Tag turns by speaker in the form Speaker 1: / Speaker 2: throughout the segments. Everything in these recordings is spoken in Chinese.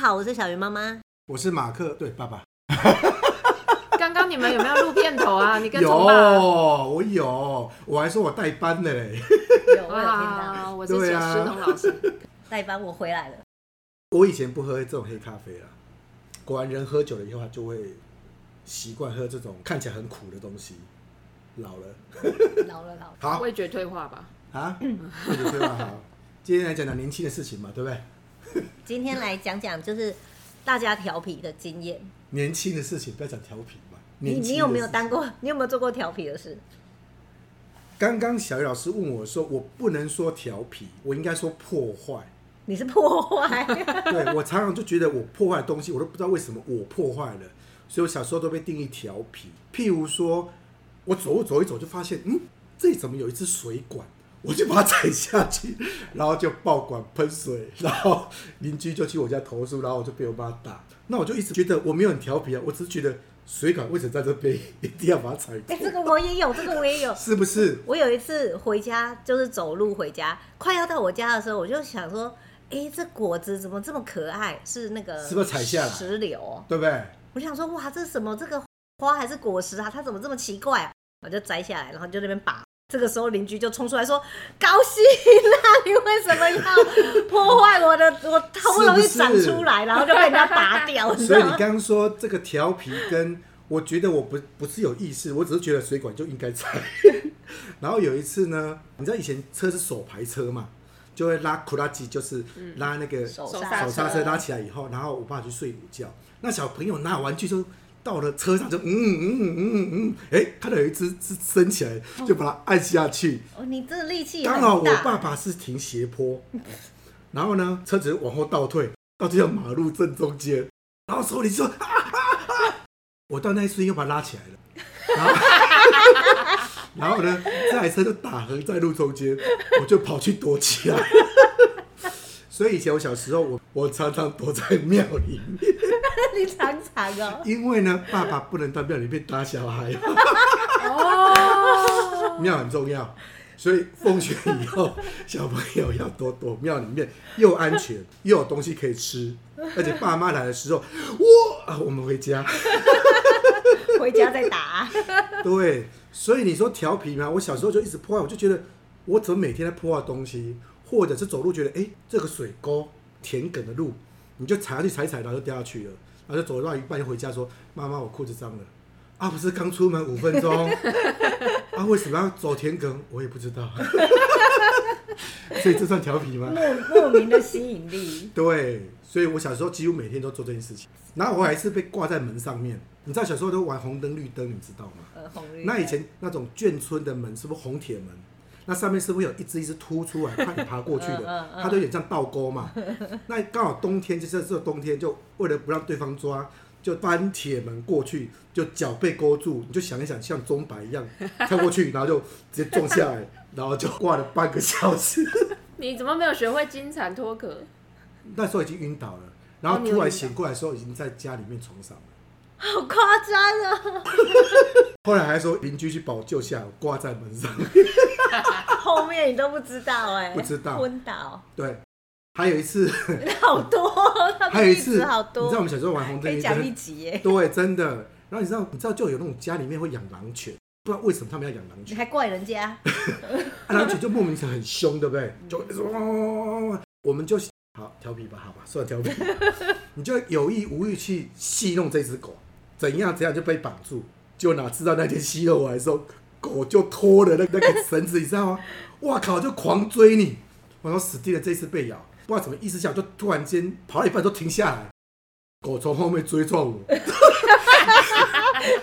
Speaker 1: 好，我是小鱼妈妈。
Speaker 2: 我是马克，对爸爸
Speaker 3: 刚刚你们有没有录片头 啊？你跟
Speaker 2: 有，
Speaker 3: 钟爸
Speaker 2: 我有，我还说我代班的嘞。
Speaker 1: 有，我有听到。
Speaker 3: 啊，我是
Speaker 2: 对
Speaker 3: 石
Speaker 2: 啊
Speaker 3: 石彤老师。
Speaker 1: 代班我回来了，
Speaker 2: 我以前不喝这种黑咖啡啦，果然人喝久了以后，他就会习惯喝这种看起来很苦的东西。老了，
Speaker 1: 老了老了。
Speaker 2: 好
Speaker 3: 味觉退化吧，
Speaker 2: 啊，对对对吧？好，今天来讲讲年轻的事情嘛，对不对？
Speaker 1: 今天来讲讲就是大家调皮的经验。
Speaker 2: 年轻的事情不要讲调皮嘛。
Speaker 1: 你
Speaker 2: 年轻的
Speaker 1: 你有没有
Speaker 2: 事情
Speaker 1: 当过？你有没有做过调皮的事？
Speaker 2: 刚刚小鱼老师问我说，我不能说调皮，我应该说破坏。
Speaker 1: 你是破坏，
Speaker 2: 对我常常就觉得我破坏的东西，我都不知道为什么我破坏了，所以我小时候都被定义调皮。譬如说，我走路走一走就发现，嗯，这里怎么有一支水管？我就把它踩下去，然后就爆管喷水，然后邻居就去我家投诉，然后我就被我妈打。那我就一直觉得我没有很调皮啊，我只是觉得水管为什么在这边， 一定要把它踩
Speaker 1: 哎、
Speaker 2: 破，
Speaker 1: 这个我也 有，这个我也有。
Speaker 2: 是不是？
Speaker 1: 我有一次回家，就是走路回家，快要到我家的时候，我就想说，哎、这果子怎么这么可爱？是那个
Speaker 2: 是不是采下来
Speaker 1: 石榴哦、
Speaker 2: 对不对？
Speaker 1: 我想说，哇，这是什么？这个花还是果实啊？它怎么这么奇怪、啊？我就摘下来，然后就在那边拔。这个时候邻居就冲出来说：“高兴啦、你为什么要破坏我的？我好不容易长出来，然后就被人家拔 掉，你知
Speaker 2: 所以
Speaker 1: 道
Speaker 2: 你
Speaker 1: 吗
Speaker 2: 刚刚说这个调皮跟，我觉得我不不是有意识，我只是觉得水管就应该踩。然后有一次呢，你知道以前车是手排车嘛，就会拉库拉机，就是拉那 个
Speaker 1: 手
Speaker 2: 手
Speaker 1: 刹
Speaker 3: 手
Speaker 2: 刹车拉起来以后，然后我爸去睡午觉，那小朋友拿玩具就。到了车上就嗯嗯嗯嗯嗯，哎、看到有一只只升起来，就把它按下去。
Speaker 1: 哦，你这力气很
Speaker 2: 刚
Speaker 1: 大。
Speaker 2: 好我爸爸是停斜坡，然后呢，车子往后倒退，倒退到马路正中间，然后手里就啊啊啊！我到那一瞬间又把他拉起来了，然后然后 呢，这台车就打横在路中间，我就跑去躲起来。 所以以前我小时候，我我常常躲在庙里面，
Speaker 1: 你常常哦，
Speaker 2: 因为呢，爸爸不能到庙里面打小孩，
Speaker 3: 哦，
Speaker 2: 庙很重要，所以奉劝以后小朋友要多躲庙里面，又安全又有东西可以吃，而且爸妈来的时候，哇，啊我们回家。
Speaker 1: 回家再 打。
Speaker 2: 对，所以你说调皮吗？我小时候就一直破坏，我就觉得我怎么每天在破坏东西，或者是走路觉得哎、诶这个水沟田埂的路，你就踩下去踩一踩，然后就掉下去了，然后就走到一半就回家说妈妈我裤子脏了啊，不是刚出门五分钟啊，为什么要走田埂？我也不知道， 所以这算调皮吗？
Speaker 1: 莫莫名的吸引力。
Speaker 2: 对，所以我小时候几乎每天都做这件事情，然后我还是被挂在门上面。你知道小时候都玩红灯绿灯，你知道吗？
Speaker 1: 呃，红绿灯
Speaker 2: 那以前那种眷村的门是不是红铁门？那上面是不是有一只一只凸出来，怕你爬过去
Speaker 1: 嗯
Speaker 2: 的？它都有点像倒钩嘛。那刚好冬天就是这冬天，就为了不让对方抓，就搬铁门过去，就脚被勾住，你就想一想，像钟摆一样跳过去，然后就直接撞下来，然后就挂了半个小时。
Speaker 3: 你怎么没有学会金蝉脱壳？
Speaker 2: 那时候已经晕倒了，然后
Speaker 3: 哦你有
Speaker 2: 突然
Speaker 3: 晕倒
Speaker 2: 醒过来的时候，已经在家里面床上了。
Speaker 1: 好夸张啊！
Speaker 2: 后来还说邻居去把我救下来，我挂在门上。
Speaker 1: 后面你都不知道哎、
Speaker 2: 不知道
Speaker 1: 昏倒，
Speaker 2: 对，还有一次。
Speaker 1: 好多， 他
Speaker 2: 还有一
Speaker 1: 好
Speaker 2: 次，你知道我
Speaker 1: 多，
Speaker 2: 们小时候玩红
Speaker 1: 可
Speaker 2: 灯
Speaker 1: 以
Speaker 2: 绿
Speaker 1: 讲一
Speaker 2: 灯，
Speaker 1: 集耶、
Speaker 2: 对，真的。然后你知道，你知道就有那种家里面会养狼犬，不知道为什么他们要养狼
Speaker 1: 你
Speaker 2: 犬，
Speaker 1: 还怪人家？
Speaker 2: 啊、狼犬就莫名其妙很凶，对不对？就一直汪汪汪汪汪汪，我们就好调皮吧，好吧，算调皮，你就有意无意去戏弄这只狗，怎样怎样就被绑住，就哪知道那天戏弄我的时候，狗就脱了那那个绳子，你知道吗？哇靠，就狂追你，我说死定了，这次被咬，不知道怎么意识下，我就突然间跑到一半都停下来，狗从后面追撞我。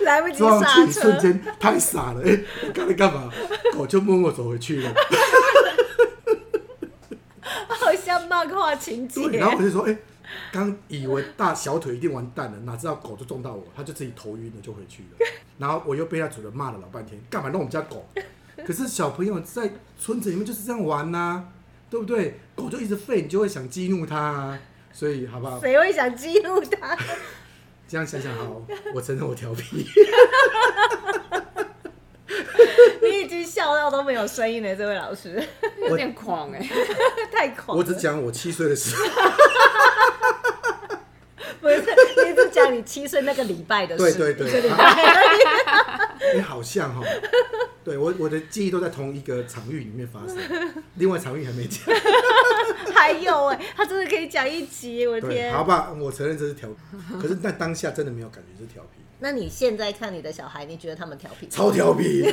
Speaker 1: 来不及
Speaker 2: 撞上
Speaker 1: 刹
Speaker 2: 去瞬
Speaker 1: 车，
Speaker 2: 间太傻了，哎、我刚才干嘛？狗就默默走回去了。
Speaker 1: 好像漫画情
Speaker 2: 对，
Speaker 1: 节
Speaker 2: 然。后我就说，哎、刚以为大小腿一定完蛋了，哪知道狗就撞到我，它就自己头晕了就回去了。然后我又被它主人骂了老半天，干嘛弄我们家狗？可是小朋友在村子里面就是这样玩呐、对不对？狗就一直吠，你就会想激怒它、啊，所以好 不好？
Speaker 1: 谁会想激怒他？
Speaker 2: 这样想想好，我承认我调皮。
Speaker 1: 你已经笑到都没有声音了，这位老师
Speaker 3: 有点狂哎、
Speaker 1: 太狂了。
Speaker 2: 我只讲我七岁的时候。
Speaker 1: 你七岁那个礼拜的
Speaker 2: 对
Speaker 1: 事，
Speaker 2: 对对
Speaker 1: 一个礼拜，
Speaker 2: 你好像哈，对我我的记忆都在同一个场域里面发生，另外场域还没讲。
Speaker 1: 还有哎、他真的可以讲一集，我的
Speaker 2: 对，
Speaker 1: 天！
Speaker 2: 好吧，我承认这是调皮，可是在当下真的没有感觉是调皮，
Speaker 1: 那你现在看你的小孩，你觉得他们调 皮吗？
Speaker 2: 超调皮，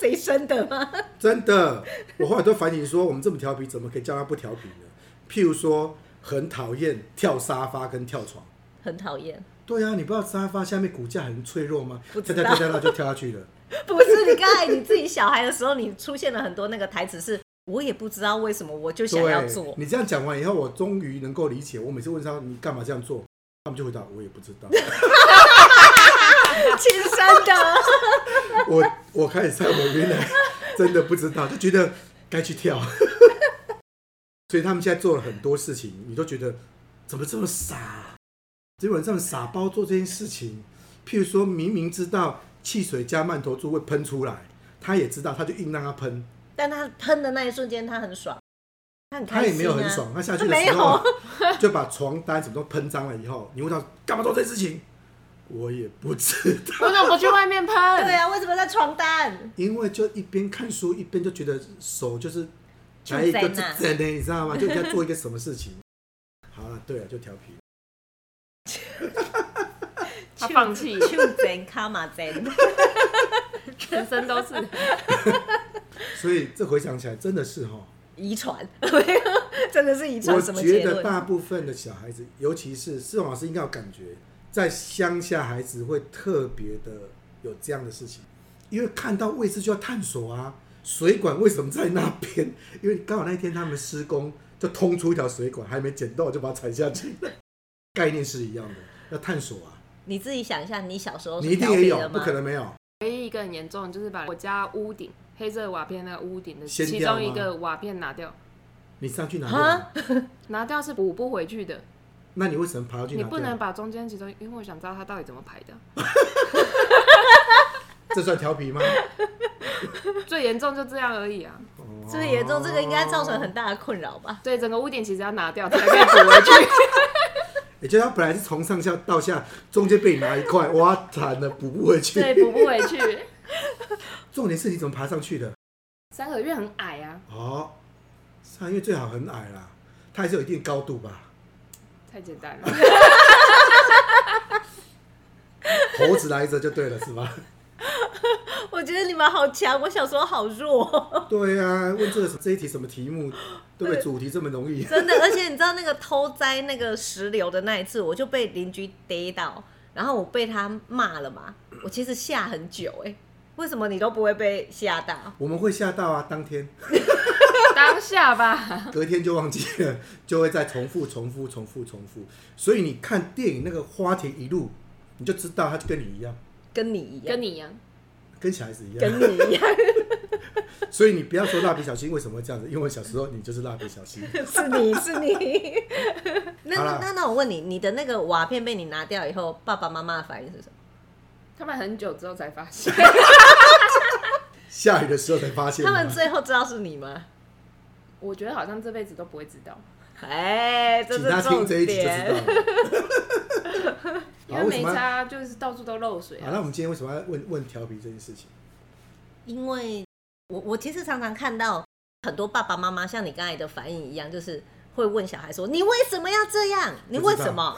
Speaker 1: 谁生的吗？
Speaker 2: 真的。我后来都反省说，我们这么调皮，怎么可以叫他不调皮呢？譬如说，很讨厌跳沙发跟跳床。
Speaker 1: 很讨 厌，
Speaker 2: 对啊，你不知道沙发下面骨架很脆弱吗？
Speaker 1: 不
Speaker 2: 跳
Speaker 1: 知
Speaker 2: 跳
Speaker 1: 道
Speaker 2: 跳跳跳就跳下去了。
Speaker 1: 不是你刚才你自己小孩的时候，你出现了很多那个台词是，我也不知道为什么，我就 想要
Speaker 2: 对
Speaker 1: 做，。
Speaker 2: 你这样讲完以后，我终于能够理解。我每次问他你干嘛这样做，他们就回答我也不知道。
Speaker 1: 亲生的，
Speaker 2: 我我开始猜，我 原来真的不知道，就觉得该去跳。 所以他们现在做了很多事情，你都觉得怎么这么傻、结果这么傻包做这件事情，譬如说明明知道汽水加曼陀珠会喷出来，他也知道，他就硬让它喷，
Speaker 1: 但他喷的那一瞬间，他很爽，他很开心、
Speaker 2: 他
Speaker 1: 啊，
Speaker 2: 也没有很爽，他下去的时候 就把床单什么都喷脏了。以后你问他干嘛做这件事情，我也不知道。
Speaker 3: 为什么不去外面喷？
Speaker 1: 对啊，为什么在床单？
Speaker 2: 因为就一边看书一边就觉得手就是来一个
Speaker 1: 就在那
Speaker 2: 真的，你知道吗？就 在做一个什么事情。好了，对了，啊就调皮。
Speaker 3: 他放弃，
Speaker 1: 就贼卡马贼，
Speaker 3: 全身都是。
Speaker 2: 所以这回想起来真的是哈，
Speaker 1: 遗传， 没有，真的是遗传。
Speaker 2: 我
Speaker 1: 什么
Speaker 2: 觉
Speaker 1: 结
Speaker 2: 得
Speaker 1: 论？
Speaker 2: 大部分的小孩子，尤其是施老师应该有感觉，在乡下孩子会特别的有这样的事情，因为看到位置就要探索啊。水管为什么在那边？ 因为刚好那一天他们施工就通出一条水管，还没剪到我就把它踩下去 了。概念是一样的，要探索啊。
Speaker 1: 你自己想一下，你小时候是
Speaker 2: 你一定
Speaker 1: 调皮
Speaker 2: 也有，
Speaker 1: 的吗
Speaker 2: 不可能没有。
Speaker 3: 唯一一个很严重的就是把我家屋顶黑色瓦片那个屋顶的
Speaker 2: 掀
Speaker 3: 其
Speaker 2: 掉吗
Speaker 3: 中一个瓦片拿掉，
Speaker 2: 你上去拿
Speaker 1: 啊
Speaker 2: 掉，
Speaker 3: 拿掉是补不回去的。
Speaker 2: 那你为什么爬上去拿掉？
Speaker 3: 你
Speaker 2: 啊
Speaker 3: 不能把中间其中，因为我想知道它到底怎么排的。
Speaker 2: 这算调 皮吗？
Speaker 3: 最严重就这样而已啊。
Speaker 2: 哦
Speaker 1: 最严重，这个应该造成很大的困扰吧？
Speaker 3: 对，整个屋顶其实要拿掉才可以补 回去。
Speaker 2: 也就是他本来是从上下到下，中间被你拿一块，哇，惨了，补不回去。
Speaker 3: 对，补不回去。
Speaker 2: 重点是你怎么爬上去的？
Speaker 3: 三合院很矮啊，
Speaker 2: 哦，上因为最好很矮啦，它还是有一定高度吧。
Speaker 3: 太简单了。
Speaker 2: 猴子来着就对了，是 吧？
Speaker 1: 我觉得你们好强，我小时候好弱，
Speaker 2: 对啊，问这个这一题什么题目，对不对？主题这么容易，
Speaker 1: 真的。而且你知道那个偷摘那个石榴的那一次，我就被邻居逮到，然后我被他骂了嘛。我其实吓很久哎、为什么你都不会被吓到？
Speaker 2: 我们会吓到啊，当天。
Speaker 3: 当下吧，
Speaker 2: 隔天就忘记了，就会再重复、重复、重复、重复。所以你看电影那个花田一路，你就知道他就跟你一样，
Speaker 1: 跟你一样，
Speaker 3: 跟你一样，
Speaker 2: 跟小孩子一样。
Speaker 1: 跟你一样，
Speaker 2: 所以你不要说蜡笔小新为什么会这样子，因为小时候你就是蜡笔小新。
Speaker 1: 是你是你。 那
Speaker 2: 好啦
Speaker 1: 那那那我问你，你的那个瓦片被你拿掉以后，爸爸妈妈的反应是什么？
Speaker 3: 他们很久之后才发现，
Speaker 2: 下雨的时候才发现
Speaker 1: 他
Speaker 2: 吗，
Speaker 1: 们最后知道是你吗？
Speaker 3: 我觉得好像这辈子都不会知道，
Speaker 1: 哎，这
Speaker 2: 请
Speaker 1: 是
Speaker 2: 他听
Speaker 1: 重
Speaker 2: 这一集就知道
Speaker 1: 点。
Speaker 2: 了。
Speaker 3: 因
Speaker 2: 好啊为
Speaker 3: 为
Speaker 2: 什
Speaker 3: 没
Speaker 2: 么
Speaker 3: 差，啊就是到处都漏水
Speaker 2: 好，
Speaker 3: 啊。
Speaker 2: 那我们今天为什么要问问调皮这件事情？
Speaker 1: 因为我我其实常常看到很多爸爸妈妈像你刚才的反应一样，就是会问小孩说：“你为什么要这样？你为什么？”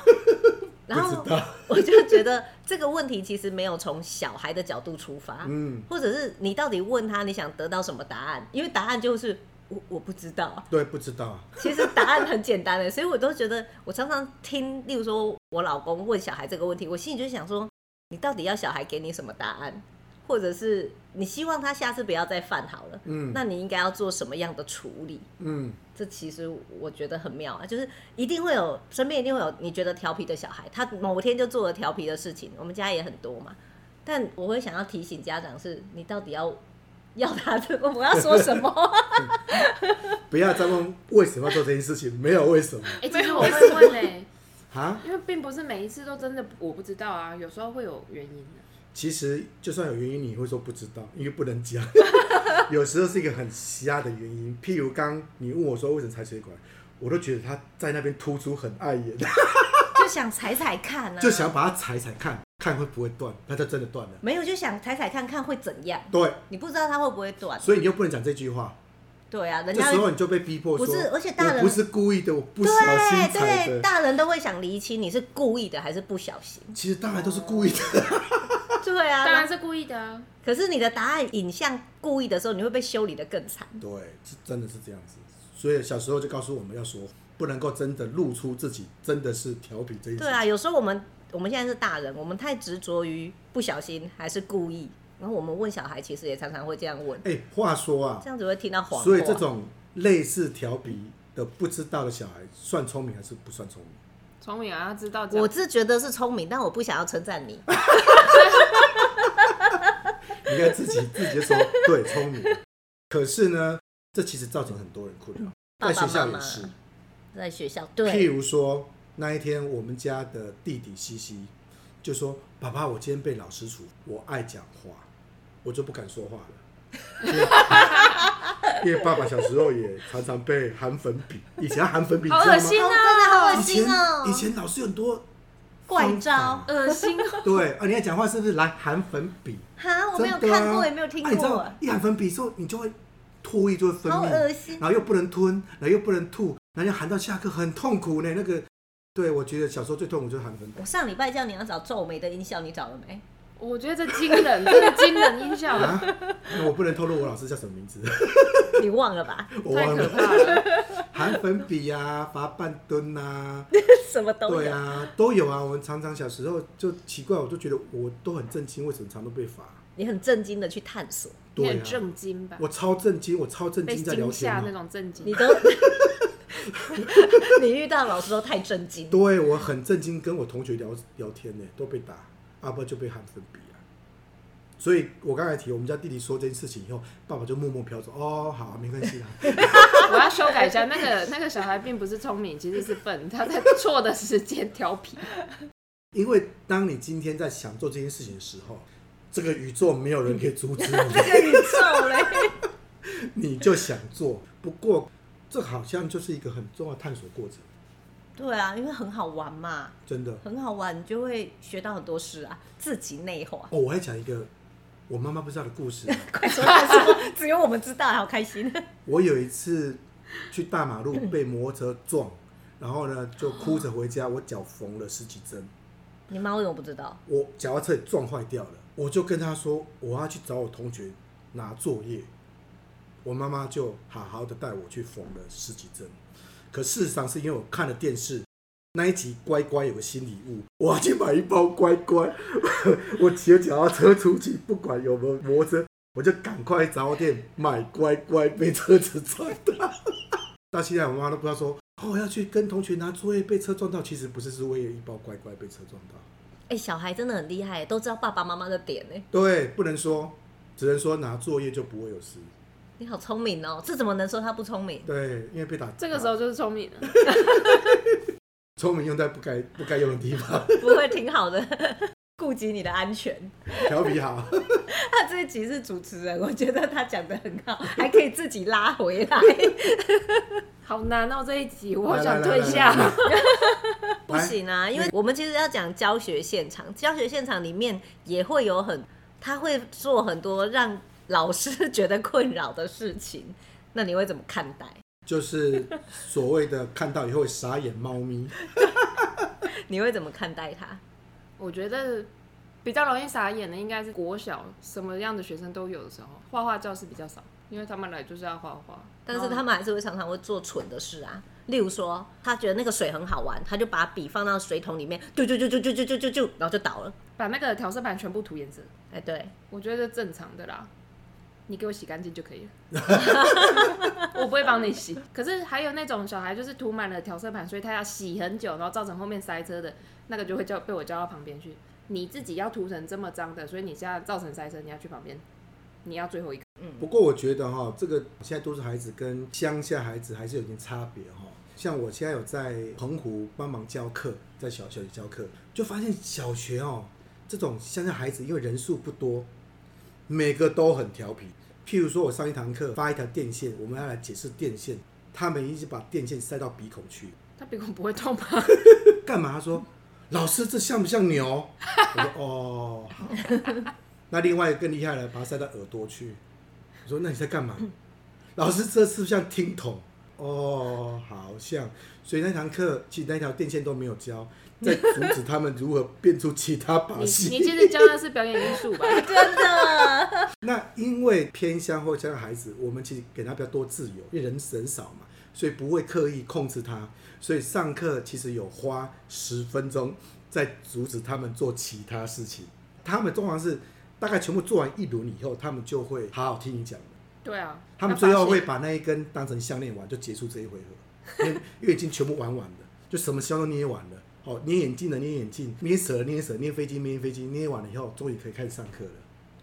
Speaker 1: 然后
Speaker 2: 不知道，
Speaker 1: 我就觉得这个问题其实没有从小孩的角度出发，
Speaker 2: 嗯，
Speaker 1: 或者是你到底问他你想得到什么答案，因为答案就是我我不知道。
Speaker 2: 对，不知道，
Speaker 1: 其实答案很简单的，所以我都觉得，我常常听，例如说我老公问小孩这个问题，我心里就想说，你到底要小孩给你什么答案，或者是你希望他下次不要再犯好了，
Speaker 2: 嗯
Speaker 1: 那你应该要做什么样的处理？
Speaker 2: 嗯，
Speaker 1: 这其实我觉得很妙啊，就是一定会有身边一定会有你觉得调皮的小孩，他某天就做了调皮的事情，我们家也很多嘛。但我会想要提醒家长是，你到底要要他这个，我要说什么？
Speaker 2: 不要再问为什么要做这件事情，没有为什么
Speaker 3: 哎、其实我会问哎、
Speaker 2: 啊。
Speaker 3: 因为并不是每一次都真的我不知道啊，有时候会有原因啊的、
Speaker 2: 其实就算有原因，你会说不知道，因为不 能讲。有时候是一个很瞎的原因，譬如刚你问我说为什么拆水管，我都觉得他在那边突出很碍眼，
Speaker 1: 就想踩踩看啊，
Speaker 2: 就想把它踩踩看看会不会断，那就真的断了。
Speaker 1: 没有就想踩踩看看会怎样，
Speaker 2: 对，
Speaker 1: 你不知道它会不会断。
Speaker 2: 所以你又不能讲这句话，
Speaker 1: 对啊，人
Speaker 2: 这
Speaker 1: 家
Speaker 2: 时候你就被逼迫说，
Speaker 1: 不是而且大人
Speaker 2: 我不是故意的，我不小心
Speaker 1: 对
Speaker 2: 踩
Speaker 1: 对，
Speaker 2: 的。
Speaker 1: 大人都会想厘清你是故意的还是不小心。
Speaker 2: 其实当然都是故意的，
Speaker 1: 对啊，
Speaker 3: 当然是故意的啊。
Speaker 1: 可是你的答案引向故意的时候，你会被修理的更惨。
Speaker 2: 对，是真的是这样子。所以小时候就告诉我们要说，不能够真的露出自己真的是调皮这一
Speaker 1: 对
Speaker 2: 种。
Speaker 1: 啊，有时候我们我们现在是大人，我们太执着于不小心还是故意，然后我们问小孩，其实也常常会这样问，
Speaker 2: 哎、话说啊
Speaker 1: 这，样子会听到谎话。
Speaker 2: 所以这种类似调皮的不知道的小孩，算聪明还是不算聪明？
Speaker 3: 聪明啊，要知道这
Speaker 1: 我
Speaker 3: 样。
Speaker 1: 是觉得是聪明，但我不想要称赞 你。
Speaker 2: 你看自己自己就说对聪明，可是呢，这其实造成很多人困扰，
Speaker 1: 爸
Speaker 2: 在
Speaker 1: 爸
Speaker 2: 学校
Speaker 1: 妈
Speaker 2: 也
Speaker 1: 妈
Speaker 2: 是。
Speaker 1: 在学校，
Speaker 2: 譬
Speaker 1: 对，
Speaker 2: 如说那一天，我们家的弟弟西西就说：“爸爸，我今天被老师处，我爱讲话，我就不敢说话了。 因为”因为爸爸小时候也常常被含粉笔，以前含粉笔，
Speaker 3: 好恶心
Speaker 1: 哦，
Speaker 3: 啊！
Speaker 1: 真的好恶
Speaker 2: 你
Speaker 1: 心
Speaker 2: 知道
Speaker 1: 哦
Speaker 2: 吗！以前以，前老师有很多
Speaker 1: 怪
Speaker 2: 方
Speaker 1: 招
Speaker 2: 法
Speaker 3: 恶心哦！
Speaker 2: 对啊，你爱讲话是不是来含粉笔？
Speaker 1: 哈，哦我没有
Speaker 2: 真的啊
Speaker 1: 看过，也没有听
Speaker 2: 啊你知
Speaker 1: 过
Speaker 2: 道，一含粉笔之后，你就会唾液就会分
Speaker 1: 好
Speaker 2: 泌，
Speaker 1: 恶心
Speaker 2: 然。后又不能吞，然后又不能吐，然后又含到下课，很痛苦呢。那个，对我觉得小时候最痛苦就是含粉 笔
Speaker 1: 我上礼拜叫你要找皱眉的音效，你找了没？
Speaker 3: 我觉得这惊人，这个惊人音效
Speaker 2: 啊。 那我不能透露我老师叫什么名字，
Speaker 1: 你忘了吧？
Speaker 2: 我
Speaker 3: 太
Speaker 2: 忘
Speaker 3: 可
Speaker 2: 了。啊
Speaker 3: 怕 了。
Speaker 2: 含粉笔啊，罚半蹲啊，
Speaker 1: 什么都
Speaker 2: 对
Speaker 1: 有。
Speaker 2: 啊，都有啊。我们常常小时候就奇怪，我就觉得我都很震惊，为什么常都被罚？
Speaker 1: 你很震惊的去探索，
Speaker 3: 你
Speaker 2: 对
Speaker 3: 很
Speaker 2: 啊，
Speaker 3: 震惊吧？
Speaker 2: 我超震惊，我超震
Speaker 3: 被
Speaker 2: 惊在
Speaker 3: 惊
Speaker 2: 聊天
Speaker 3: 吓
Speaker 2: 啊
Speaker 3: 那种震惊
Speaker 1: 你。都 你遇到老师都太震惊。
Speaker 2: 对我很震惊，跟我同学聊聊天呢，都被打，阿、啊、不就被喊粉笔啊。所以我刚才提我们家弟弟说这件事情以后，爸爸就默默飘走。哦，好啊，没关 系啦。
Speaker 3: 我要修改一下，那个 那个小孩并不是聪明，其实是笨，他在错的时间调皮。
Speaker 2: 因为当你今天在想做这件事情的时候，这个宇宙没有人可以阻止你，
Speaker 1: 这个宇宙嘞，
Speaker 2: 你就想做。不过这好像就是一个很重要的探索过程，
Speaker 1: 对啊，因为很好玩嘛，
Speaker 2: 真的。
Speaker 1: 很好玩，你就会学到很多事啊，自己内化。
Speaker 2: 哦，我还讲一个我妈妈不知道的故事。
Speaker 1: 快说快说，只有我们知道，好开心。
Speaker 2: 我有一次去大马路被摩托车撞，然后呢就哭着回家，我脚缝了十几针，
Speaker 1: 你妈为什么不知道？
Speaker 2: 我脚踏车也撞坏掉了，我就跟他说我要去找我同学拿作业，我妈妈就好好的带我去缝了十几针，可事实上是因为我看了电视。那一集乖乖有个新礼物，我要去买一包乖乖。 我骑着脚踏车出去，不管有没有摩托车，我就赶快找店买乖乖，被车子撞到。 到现在我妈都不知道说，哦，我要去跟同学拿作业被车撞到，其实不是是为了一包乖乖被车撞到。
Speaker 1: 哎、小孩真的很厉害，都知道爸爸妈妈的点呢。
Speaker 2: 对，不能说，只能说拿作业就不会有事。
Speaker 1: 你好聪明哦，这怎么能说他不聪 明？
Speaker 2: 对，因为被打。
Speaker 3: 这个时候就是聪明了。
Speaker 2: 聪明用在不该不该用的地 方，
Speaker 1: 不会挺好的， 顾及你的安全。
Speaker 2: 调皮好。
Speaker 1: 他这一集是主持人，我觉得他讲的很好，还可以自己拉回来。
Speaker 3: 好难哦，这一集我好
Speaker 2: 来
Speaker 3: 想退下。。
Speaker 1: 不
Speaker 2: 哎
Speaker 1: 行啊，因为我们其实要讲教学现场，教学现场里面也会有很，他会做很多让老师觉得困扰的事情， 那你会怎么看待？
Speaker 2: 就是所谓的看到以后会傻眼猫咪，
Speaker 1: 你会怎么看待他？
Speaker 3: 我觉得比较容易傻眼的应该是国小，什么样的学生都有的时候，画画教室比较少，因为他们来就是要画画。
Speaker 1: 但是他们还是会常常会做蠢的事啊，例如说，他觉得那个水很好玩，他就把笔放到水桶里面，啾啾啾啾啾啾啾啾啾，然后就倒了。
Speaker 3: 把那个调色盘全部涂颜色，
Speaker 1: 哎，对，
Speaker 3: 我觉得正常的啦。你给我洗干净就可以 了， 我不会帮你洗。可是还有那种小孩，就是涂满了调色盘，所以他要洗很久，然后造成后面塞车的那个，就会叫被我叫到旁边去。你自己要涂成这么脏的，所以你现在造成塞车，你要去旁边，你要最后一个。
Speaker 2: 不过我觉得哈、这个现在都市孩子跟乡下孩子还是有点差别哈、像我现在有在澎湖帮忙教课，在小学里教课，就发现小学哦，这种乡下孩子因为人数不多，每个都很调皮。譬如说，我上一堂课发一条电线，我们要来解释电线，他们一直把电线塞到鼻孔去， 啊
Speaker 3: 他鼻孔不会痛吗？
Speaker 2: 干嘛？他说老师这像不像牛？我说哦，好。那另外更厉害了，把它塞到耳朵去。我说那你在干嘛？老师这是不是像听筒？哦，好像。所以那堂课其实那条电线都没有教，在阻止他们如何变出其他把
Speaker 3: 你
Speaker 2: 戏。
Speaker 3: 你其实教的是表演艺术 吧？
Speaker 1: 真的，
Speaker 2: 那因为偏乡或乡的孩子，我们其实给他比较多自由，因为人人少嘛，所以不会刻意控制他。所以上课其实有花十分钟在阻止他们做其他事情。他们通常是大概全部做完一轮以后，他们就会好好听你讲的。
Speaker 3: 对啊，
Speaker 2: 他们
Speaker 3: 要
Speaker 2: 最
Speaker 3: 发
Speaker 2: 后
Speaker 3: 泄
Speaker 2: 会把那一根当成项链玩，就结束这一回合，因为因为已经全部玩完了，就什么香都捏完了，哦，捏眼镜的捏眼镜，捏蛇的捏蛇，捏飞机捏飞机，捏完了以后，终于可以开始上课了。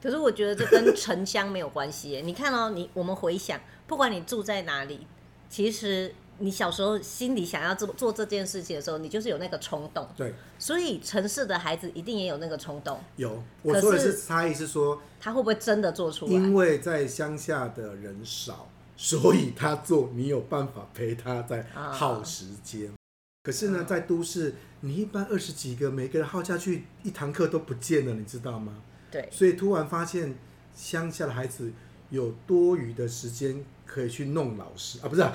Speaker 1: 可是我觉得这跟城乡没有关系耶。你 看哦，你我们回想，不管你住在哪里，其实你小时候心里想要做做这件事情的时候，你就是有那个冲动。
Speaker 2: 对，
Speaker 1: 所以城市的孩子一定也有那个冲动，
Speaker 2: 有我
Speaker 1: 可
Speaker 2: 说的
Speaker 1: 是
Speaker 2: 是差异是说，
Speaker 1: 他会不会真的做出
Speaker 2: 因
Speaker 1: 来？
Speaker 2: 为在乡下的人少，所以他做你有办法陪他在
Speaker 1: 啊
Speaker 2: 耗时间。可是呢，
Speaker 1: 啊
Speaker 2: 在都市，你一般二十几个，每个人耗下去一堂课都不见了，你知道吗？
Speaker 1: 对，
Speaker 2: 所以突然发现乡下的孩子有多余的时间可以去弄老师啊，不是、啊，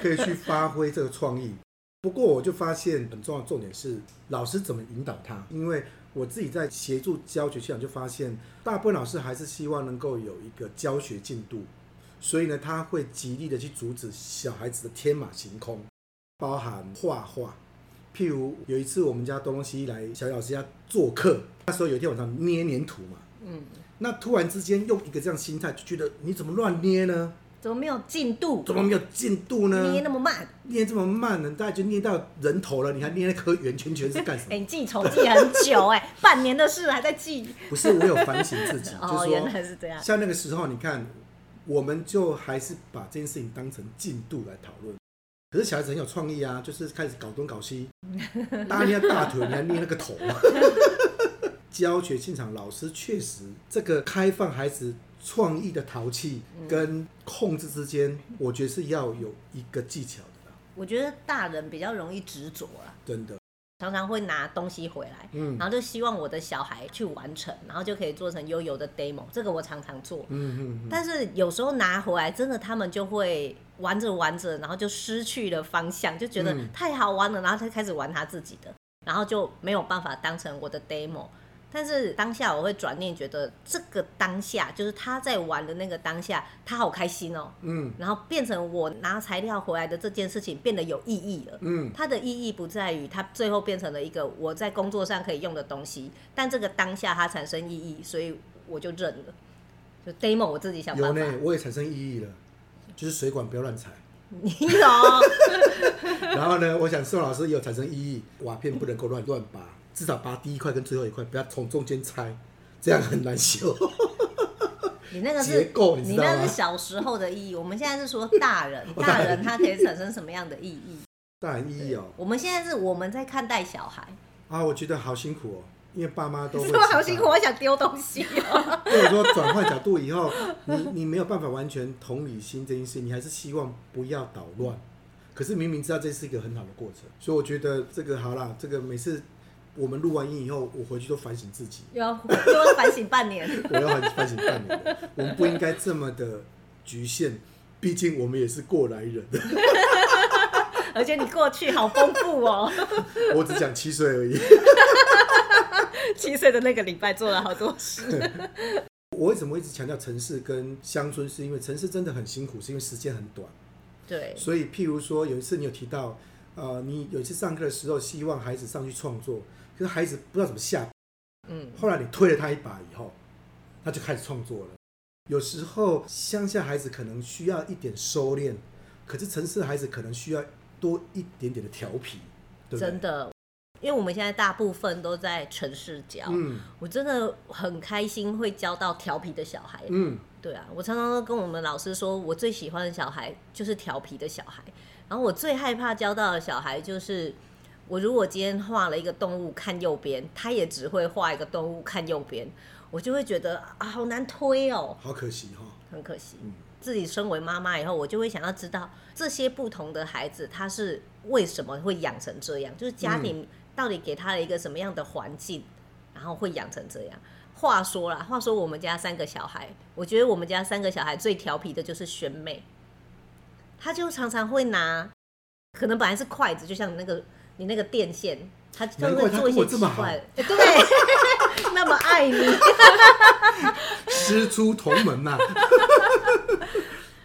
Speaker 2: 可以去发挥这个创意。不过我就发现很重要的重点是老师怎么引导他，因为我自己在协助教学现场就发现，大部分老师还是希望能够有一个教学进度，所以呢，他会极力的去阻止小孩子的天马行空，包含画画。譬如有一次我们家东东西来小老师家做客，那时候有一天晚上捏黏土嘛，
Speaker 1: 嗯，
Speaker 2: 那突然之间用一个这样心态，就觉得你怎么乱捏呢？
Speaker 1: 怎么没有进度？
Speaker 2: 怎么没有进度呢？
Speaker 1: 捏那么慢？
Speaker 2: 捏这么慢呢，大概就捏到人头了，你还捏那颗圆圈圈是干什
Speaker 1: 哎、
Speaker 2: 么？
Speaker 1: 你记仇记很久哎、 半年的事还在记。
Speaker 2: 不是，我有反省自 己，就
Speaker 1: 哦，
Speaker 2: 是
Speaker 1: 原
Speaker 2: 说
Speaker 1: 来是这样。
Speaker 2: 像那个时候，你看，我们就还是把这件事情当成进度来讨论。可是小孩子很有创意啊，就是开始搞东 搞西，大家捏大腿，你还捏那个头。 教学现场老师确实这个开放孩子创意的淘气
Speaker 1: 嗯
Speaker 2: 跟控制之间，我觉得是要有一个技巧的啦，
Speaker 1: 我觉得大人比较容易执着了，
Speaker 2: 真的。
Speaker 1: 常常会拿东西回来，
Speaker 2: 嗯
Speaker 1: 然后就希望我的小孩去完成，然后就可以做成悠悠的 demo，这个我常常做。
Speaker 2: 嗯嗯嗯，
Speaker 1: 但是有时候拿回来，真的他们就会玩着玩着，然后就失去了方向，就觉得
Speaker 2: 嗯
Speaker 1: 太好玩了，然后他开始玩他自己的，然后就没有办法当成我的 demo。但是当下我会转念，觉得这个当下就是他在玩的那个当下，他好开心哦，
Speaker 2: 嗯
Speaker 1: 然后变成我拿材料回来的这件事情变得有意义了。
Speaker 2: 嗯，
Speaker 1: 它的意义不在于它最后变成了一个我在工作上可以用的东西，但这个当下它产生意义，所以我就认了。就 demo 我自己想
Speaker 2: 有
Speaker 1: 办法。
Speaker 2: 呢，我也产生意义了，就是水管不要乱踩。
Speaker 1: 你有
Speaker 2: 然后呢，我想宋老师也有产生异议，瓦片不能够乱乱拔，至少拔第一块跟最后一块，不要从中间拆，这样很难修。
Speaker 1: 你那个
Speaker 2: 结
Speaker 1: 是
Speaker 2: 构你知
Speaker 1: 你
Speaker 2: 道吗
Speaker 1: 那是小时候的意义，我们现在是说大 人，大人他可以产生什么样的意义？
Speaker 2: 当然意义哦，
Speaker 1: 我们现在是我们在看待小孩，
Speaker 2: 啊，我觉得好辛苦哦，因为爸妈 都会
Speaker 1: 是我好辛苦，啊我想丢东西哦。
Speaker 2: 或者说转换角度以后，你你没有办法完全同理心这件事，你还是希望不要捣乱。可是明明知道这是一个很好的过程，所以我觉得这个好啦，这个每次我们录完音以后，我回去都反省自己。
Speaker 1: 又要又要反省半年。
Speaker 2: 我要反反省半年了，我们不应该这么的局限，毕竟我们也是过来人。
Speaker 1: 而且你过去好丰富哦，
Speaker 2: 我只讲七岁而已。
Speaker 1: 七岁的那个礼拜做了好多事。
Speaker 2: 我为什么一直强调城市跟乡村，是因为城市真的很辛苦，是因为时间很短。
Speaker 1: 对，
Speaker 2: 所以，譬如说有一次你有提到，呃，你有一次上课的时候，希望孩子上去创作，可是孩子不知道怎么下
Speaker 1: 嗯，
Speaker 2: 后来你推了他一把以后，他就开始创作了。有时候乡下孩子可能需要一点收敛，可是城市孩子可能需要多一点点的调皮，对不对？
Speaker 1: 真的，因为我们现在大部分都在城市教，
Speaker 2: 嗯
Speaker 1: 我真的很开心会教到调皮的小孩。
Speaker 2: 嗯，
Speaker 1: 对啊，我常常都跟我们老师说，我最喜欢的小孩就是调皮的小孩，然后我最害怕教到的小孩就是。我如果今天画了一个动物看右边，他也只会画一个动物看右边，我就会觉得啊好难推哦，
Speaker 2: 好可惜哈、
Speaker 1: 很可惜。
Speaker 2: 嗯，
Speaker 1: 自己身为妈妈以后，我就会想要知道这些不同的孩子他是为什么会养成这样，就是家庭
Speaker 2: 嗯
Speaker 1: 到底给他了一个什么样的环境，然后会养成这样。话说啦，话说我们家三个小孩，我觉得我们家三个小孩最调皮的就是选美，他就常常会拿，可能本来是筷子，就像你那个你那个电线，他就
Speaker 2: 难
Speaker 1: 会
Speaker 2: 怪他
Speaker 1: 做一
Speaker 2: 跟
Speaker 1: 些
Speaker 2: 我这
Speaker 1: 奇
Speaker 2: 么好
Speaker 1: 怪的，哎对， 那么爱你，
Speaker 2: 师出同门呐、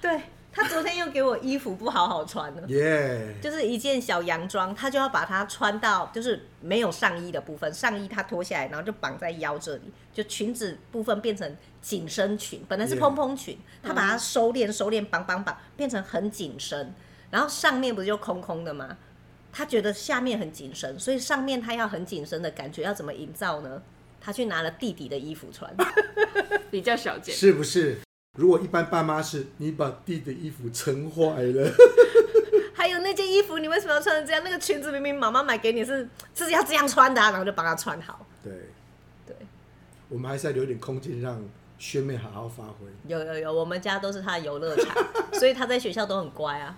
Speaker 1: 对他昨天又给我衣服不好好穿了。
Speaker 2: 耶、
Speaker 1: 就是一件小洋装，他就要把它穿到就是没有上衣的部分，上衣他脱下来，然后就绑在腰这里，就裙子部分变成紧身裙，本来是
Speaker 2: Yeah
Speaker 1: 蓬蓬裙，他把它收敛收敛绑绑绑，变成很紧身，然后上面不就空空的吗？他觉得下面很紧身，所以上面他要很紧身的感觉，要怎么营造呢？他去拿了弟弟的衣服穿，
Speaker 3: 比较小见。
Speaker 2: 是不是？如果一般爸妈是你把弟的衣服撑坏了，
Speaker 1: 还有那件衣服你为什么要穿成这样？那个裙子明明妈妈买给你是是要这样穿的、啊，然后就帮他穿好，
Speaker 2: 对
Speaker 1: 对。
Speaker 2: 我们还是要留点空间让学妹好好发挥。
Speaker 1: 有有有，我们家都是他的游乐场，所以他在学校都很乖啊。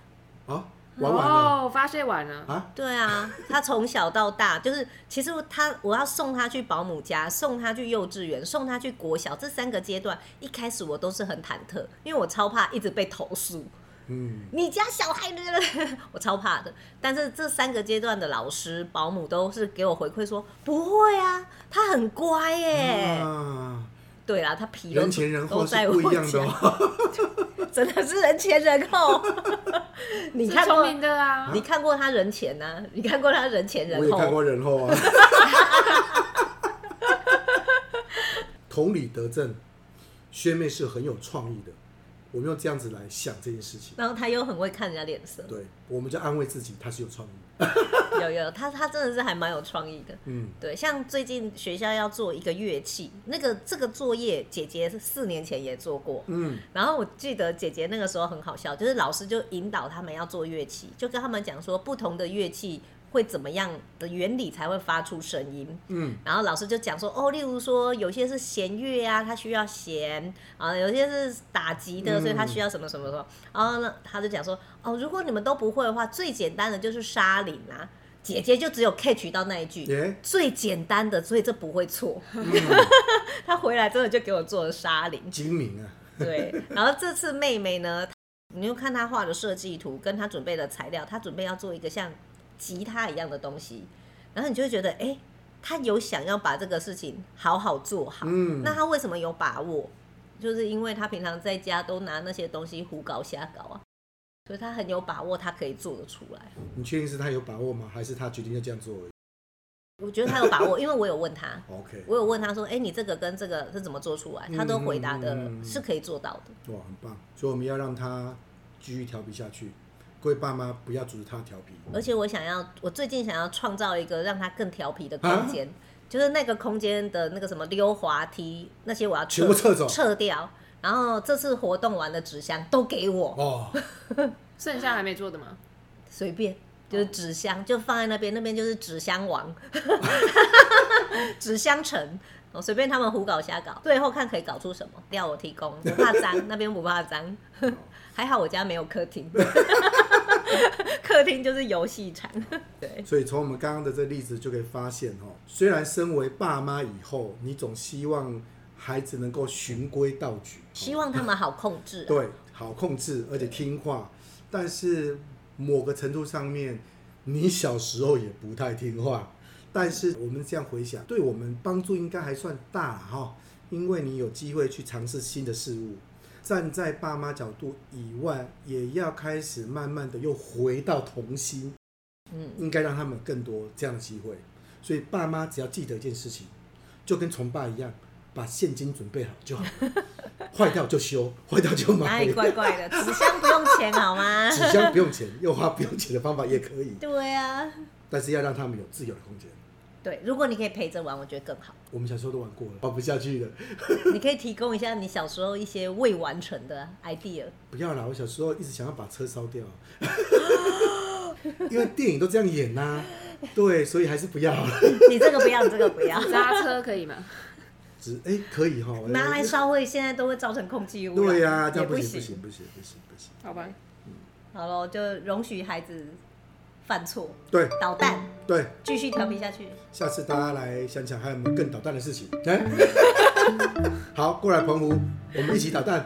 Speaker 2: 啊，玩完了、
Speaker 3: 哦，发泄完了，
Speaker 2: 啊，
Speaker 1: 对啊，他从小到大就是，其实他我要送他去保姆家，送他去幼稚园，送他去国小这三个阶段，一开始我都是很忐忑，因为我超怕一直被投诉，
Speaker 2: 嗯，
Speaker 1: 你家小孩的， 我超怕的。但是这三个阶段的老师、保姆都是给我回馈说，不会啊，他很乖耶。
Speaker 2: 啊，
Speaker 1: 对啦，他皮都
Speaker 2: 人前人后
Speaker 1: 都
Speaker 2: 是
Speaker 1: 在我
Speaker 2: 不一样的
Speaker 1: 家
Speaker 2: 哦。
Speaker 1: 真的是人前人后。 你
Speaker 3: 是
Speaker 1: 看哦
Speaker 3: 聪
Speaker 2: 哦
Speaker 1: 过
Speaker 3: 明的啊
Speaker 1: 你，看过他人前呐、 你看过他人前
Speaker 2: 我
Speaker 1: 人
Speaker 2: 也看
Speaker 1: 后？
Speaker 2: 过人后啊。同理得正，薛妹是很有创意的。我们用这样子来想这件事情，
Speaker 1: 然后他又很会看人家脸色，
Speaker 2: 对，我们就安慰自己她是有创意的。
Speaker 1: 有有，他他真的是还蛮有创意的。
Speaker 2: 嗯，
Speaker 1: 对，像最近学校要做一个乐器，那个这个作业姐姐是四年前也做过，
Speaker 2: 嗯，
Speaker 1: 然后我记得姐姐那个时候很好笑，就是老师就引导他们要做乐器，就跟他们讲说不同的乐器会怎么样的原理才会发出声音。
Speaker 2: 嗯，
Speaker 1: 然后老师就讲说，哦，例如说有些是弦乐啊，它需要弦啊，有些是打击的，
Speaker 2: 嗯
Speaker 1: 所以它需要什么什么什么。然后呢，他就讲说，哦，如果你们都不会的话，最简单的就是沙林啊。姐姐就只有 catch 到那一句
Speaker 2: 耶
Speaker 1: 最简单的，所以这不会错。 他回来真的就给我做了沙林，
Speaker 2: 精明啊，
Speaker 1: 对，然后这次妹妹呢，你就看她画的设计图，跟她准备的材料，她准备要做一个像吉他一样的东西，然后你就会觉得，哎，她有想要把这个事情好好做好。
Speaker 2: 嗯
Speaker 1: 那她为什么有把握？就是因为她平常在家都拿那些东西胡搞瞎搞啊，所以她很有把握，她可以做得出来。
Speaker 2: 你确定是她有把握吗？还是她决定要这样做而已
Speaker 1: 我觉得她有把握，因为我有问她，
Speaker 2: ？OK，
Speaker 1: 我有问她说，哎，你这个跟这个是怎么做出来？她都回答的
Speaker 2: 嗯嗯嗯嗯
Speaker 1: 是可以做到的。
Speaker 2: 哇，很棒！所以我们要让她继续调皮下去。各位爸妈不要阻止她调皮。
Speaker 1: 而且我想要，我最近想要创造一个让他更调皮的
Speaker 2: 啊
Speaker 1: 空间，就是那个空间的那个什么溜滑梯那些，我要
Speaker 2: 全部撤走
Speaker 1: 撤掉。然后这次活动完的纸箱都给我，
Speaker 2: 哦，
Speaker 3: 剩下还没做的 吗？
Speaker 1: 随便就是纸箱就放在那边，那边就是纸箱王， 纸箱城。我随便他们胡搞瞎搞，最后看可以搞出什么。料我提供，不怕脏，那边不怕 脏，还好我家没有客厅， 客厅就是游戏场。
Speaker 2: 哦
Speaker 1: 对，
Speaker 2: 所以从我们刚刚的这个例子就可以发现哦，虽然身为爸妈以后，你总希望孩子能够循规蹈矩，哦
Speaker 1: 希望他们好控制、啊。
Speaker 2: 对好控制，而且听话，但是某个程度上面，你小时候也不太听话。但是我们这样回想，对我们帮助应该还算大哈、因为你有机会去尝试新的事物。站在爸妈角度以外，也要开始慢慢的又回到童心，
Speaker 1: 嗯，
Speaker 2: 应该让他们更多这样的机会。所以爸妈只要记得一件事情，就跟崇拜一样，把现金准备好就好 了，坏掉就修，坏掉就
Speaker 1: 哪
Speaker 2: 买
Speaker 1: 里。怪怪的？纸箱不用钱好吗？
Speaker 2: 纸箱不用钱，用花不用钱的方法也可以，
Speaker 1: 对啊，
Speaker 2: 但是要让他们有自由的空间。
Speaker 1: 对，如果你可以陪着玩，我觉得更好。
Speaker 2: 我们小时候都玩过了，玩不下去了。
Speaker 1: 你可以提供一下你小时候一些未完成的 idea。
Speaker 2: 不要啦，我小时候一直想要把 车烧掉，因为电影都这样演呐、啊对，所以还是不要了。
Speaker 1: 你这个不要，你这个不要。
Speaker 3: 刹车可以吗？
Speaker 2: 只哎可以哈，我
Speaker 1: 拿来烧会现在都会造成空气污染，
Speaker 2: 对呀，这
Speaker 1: 也
Speaker 2: 样不
Speaker 1: 不
Speaker 2: 行不行不行不行不行，
Speaker 3: 好吧，
Speaker 1: 好了，就容许孩子犯错、
Speaker 2: 对
Speaker 1: 捣蛋，
Speaker 2: 对，
Speaker 1: 继续调皮下去。
Speaker 2: 下次大家来想想还有没有更捣蛋 的事情，哎，好，过来澎湖，我们一起捣蛋。